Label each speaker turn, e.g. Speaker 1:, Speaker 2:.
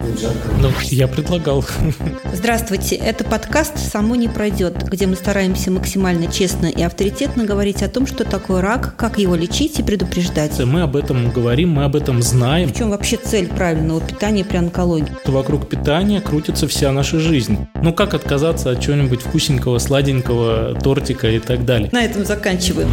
Speaker 1: бюджет.
Speaker 2: Ну, я предлагал.
Speaker 3: Здравствуйте, это подкаст «Само не пройдет», где мы стараемся максимально честно и авторитетно говорить о том, что такое рак, как его лечить и предупреждать.
Speaker 2: Мы об этом говорим, мы об этом знаем.
Speaker 3: В чем вообще цель правильного питания при онкологии?
Speaker 2: Вокруг питания крутится вся наша жизнь. Ну, как отказаться от чего-нибудь вкусненького, сладенького, тортика и так далее.
Speaker 3: На этом заканчиваем.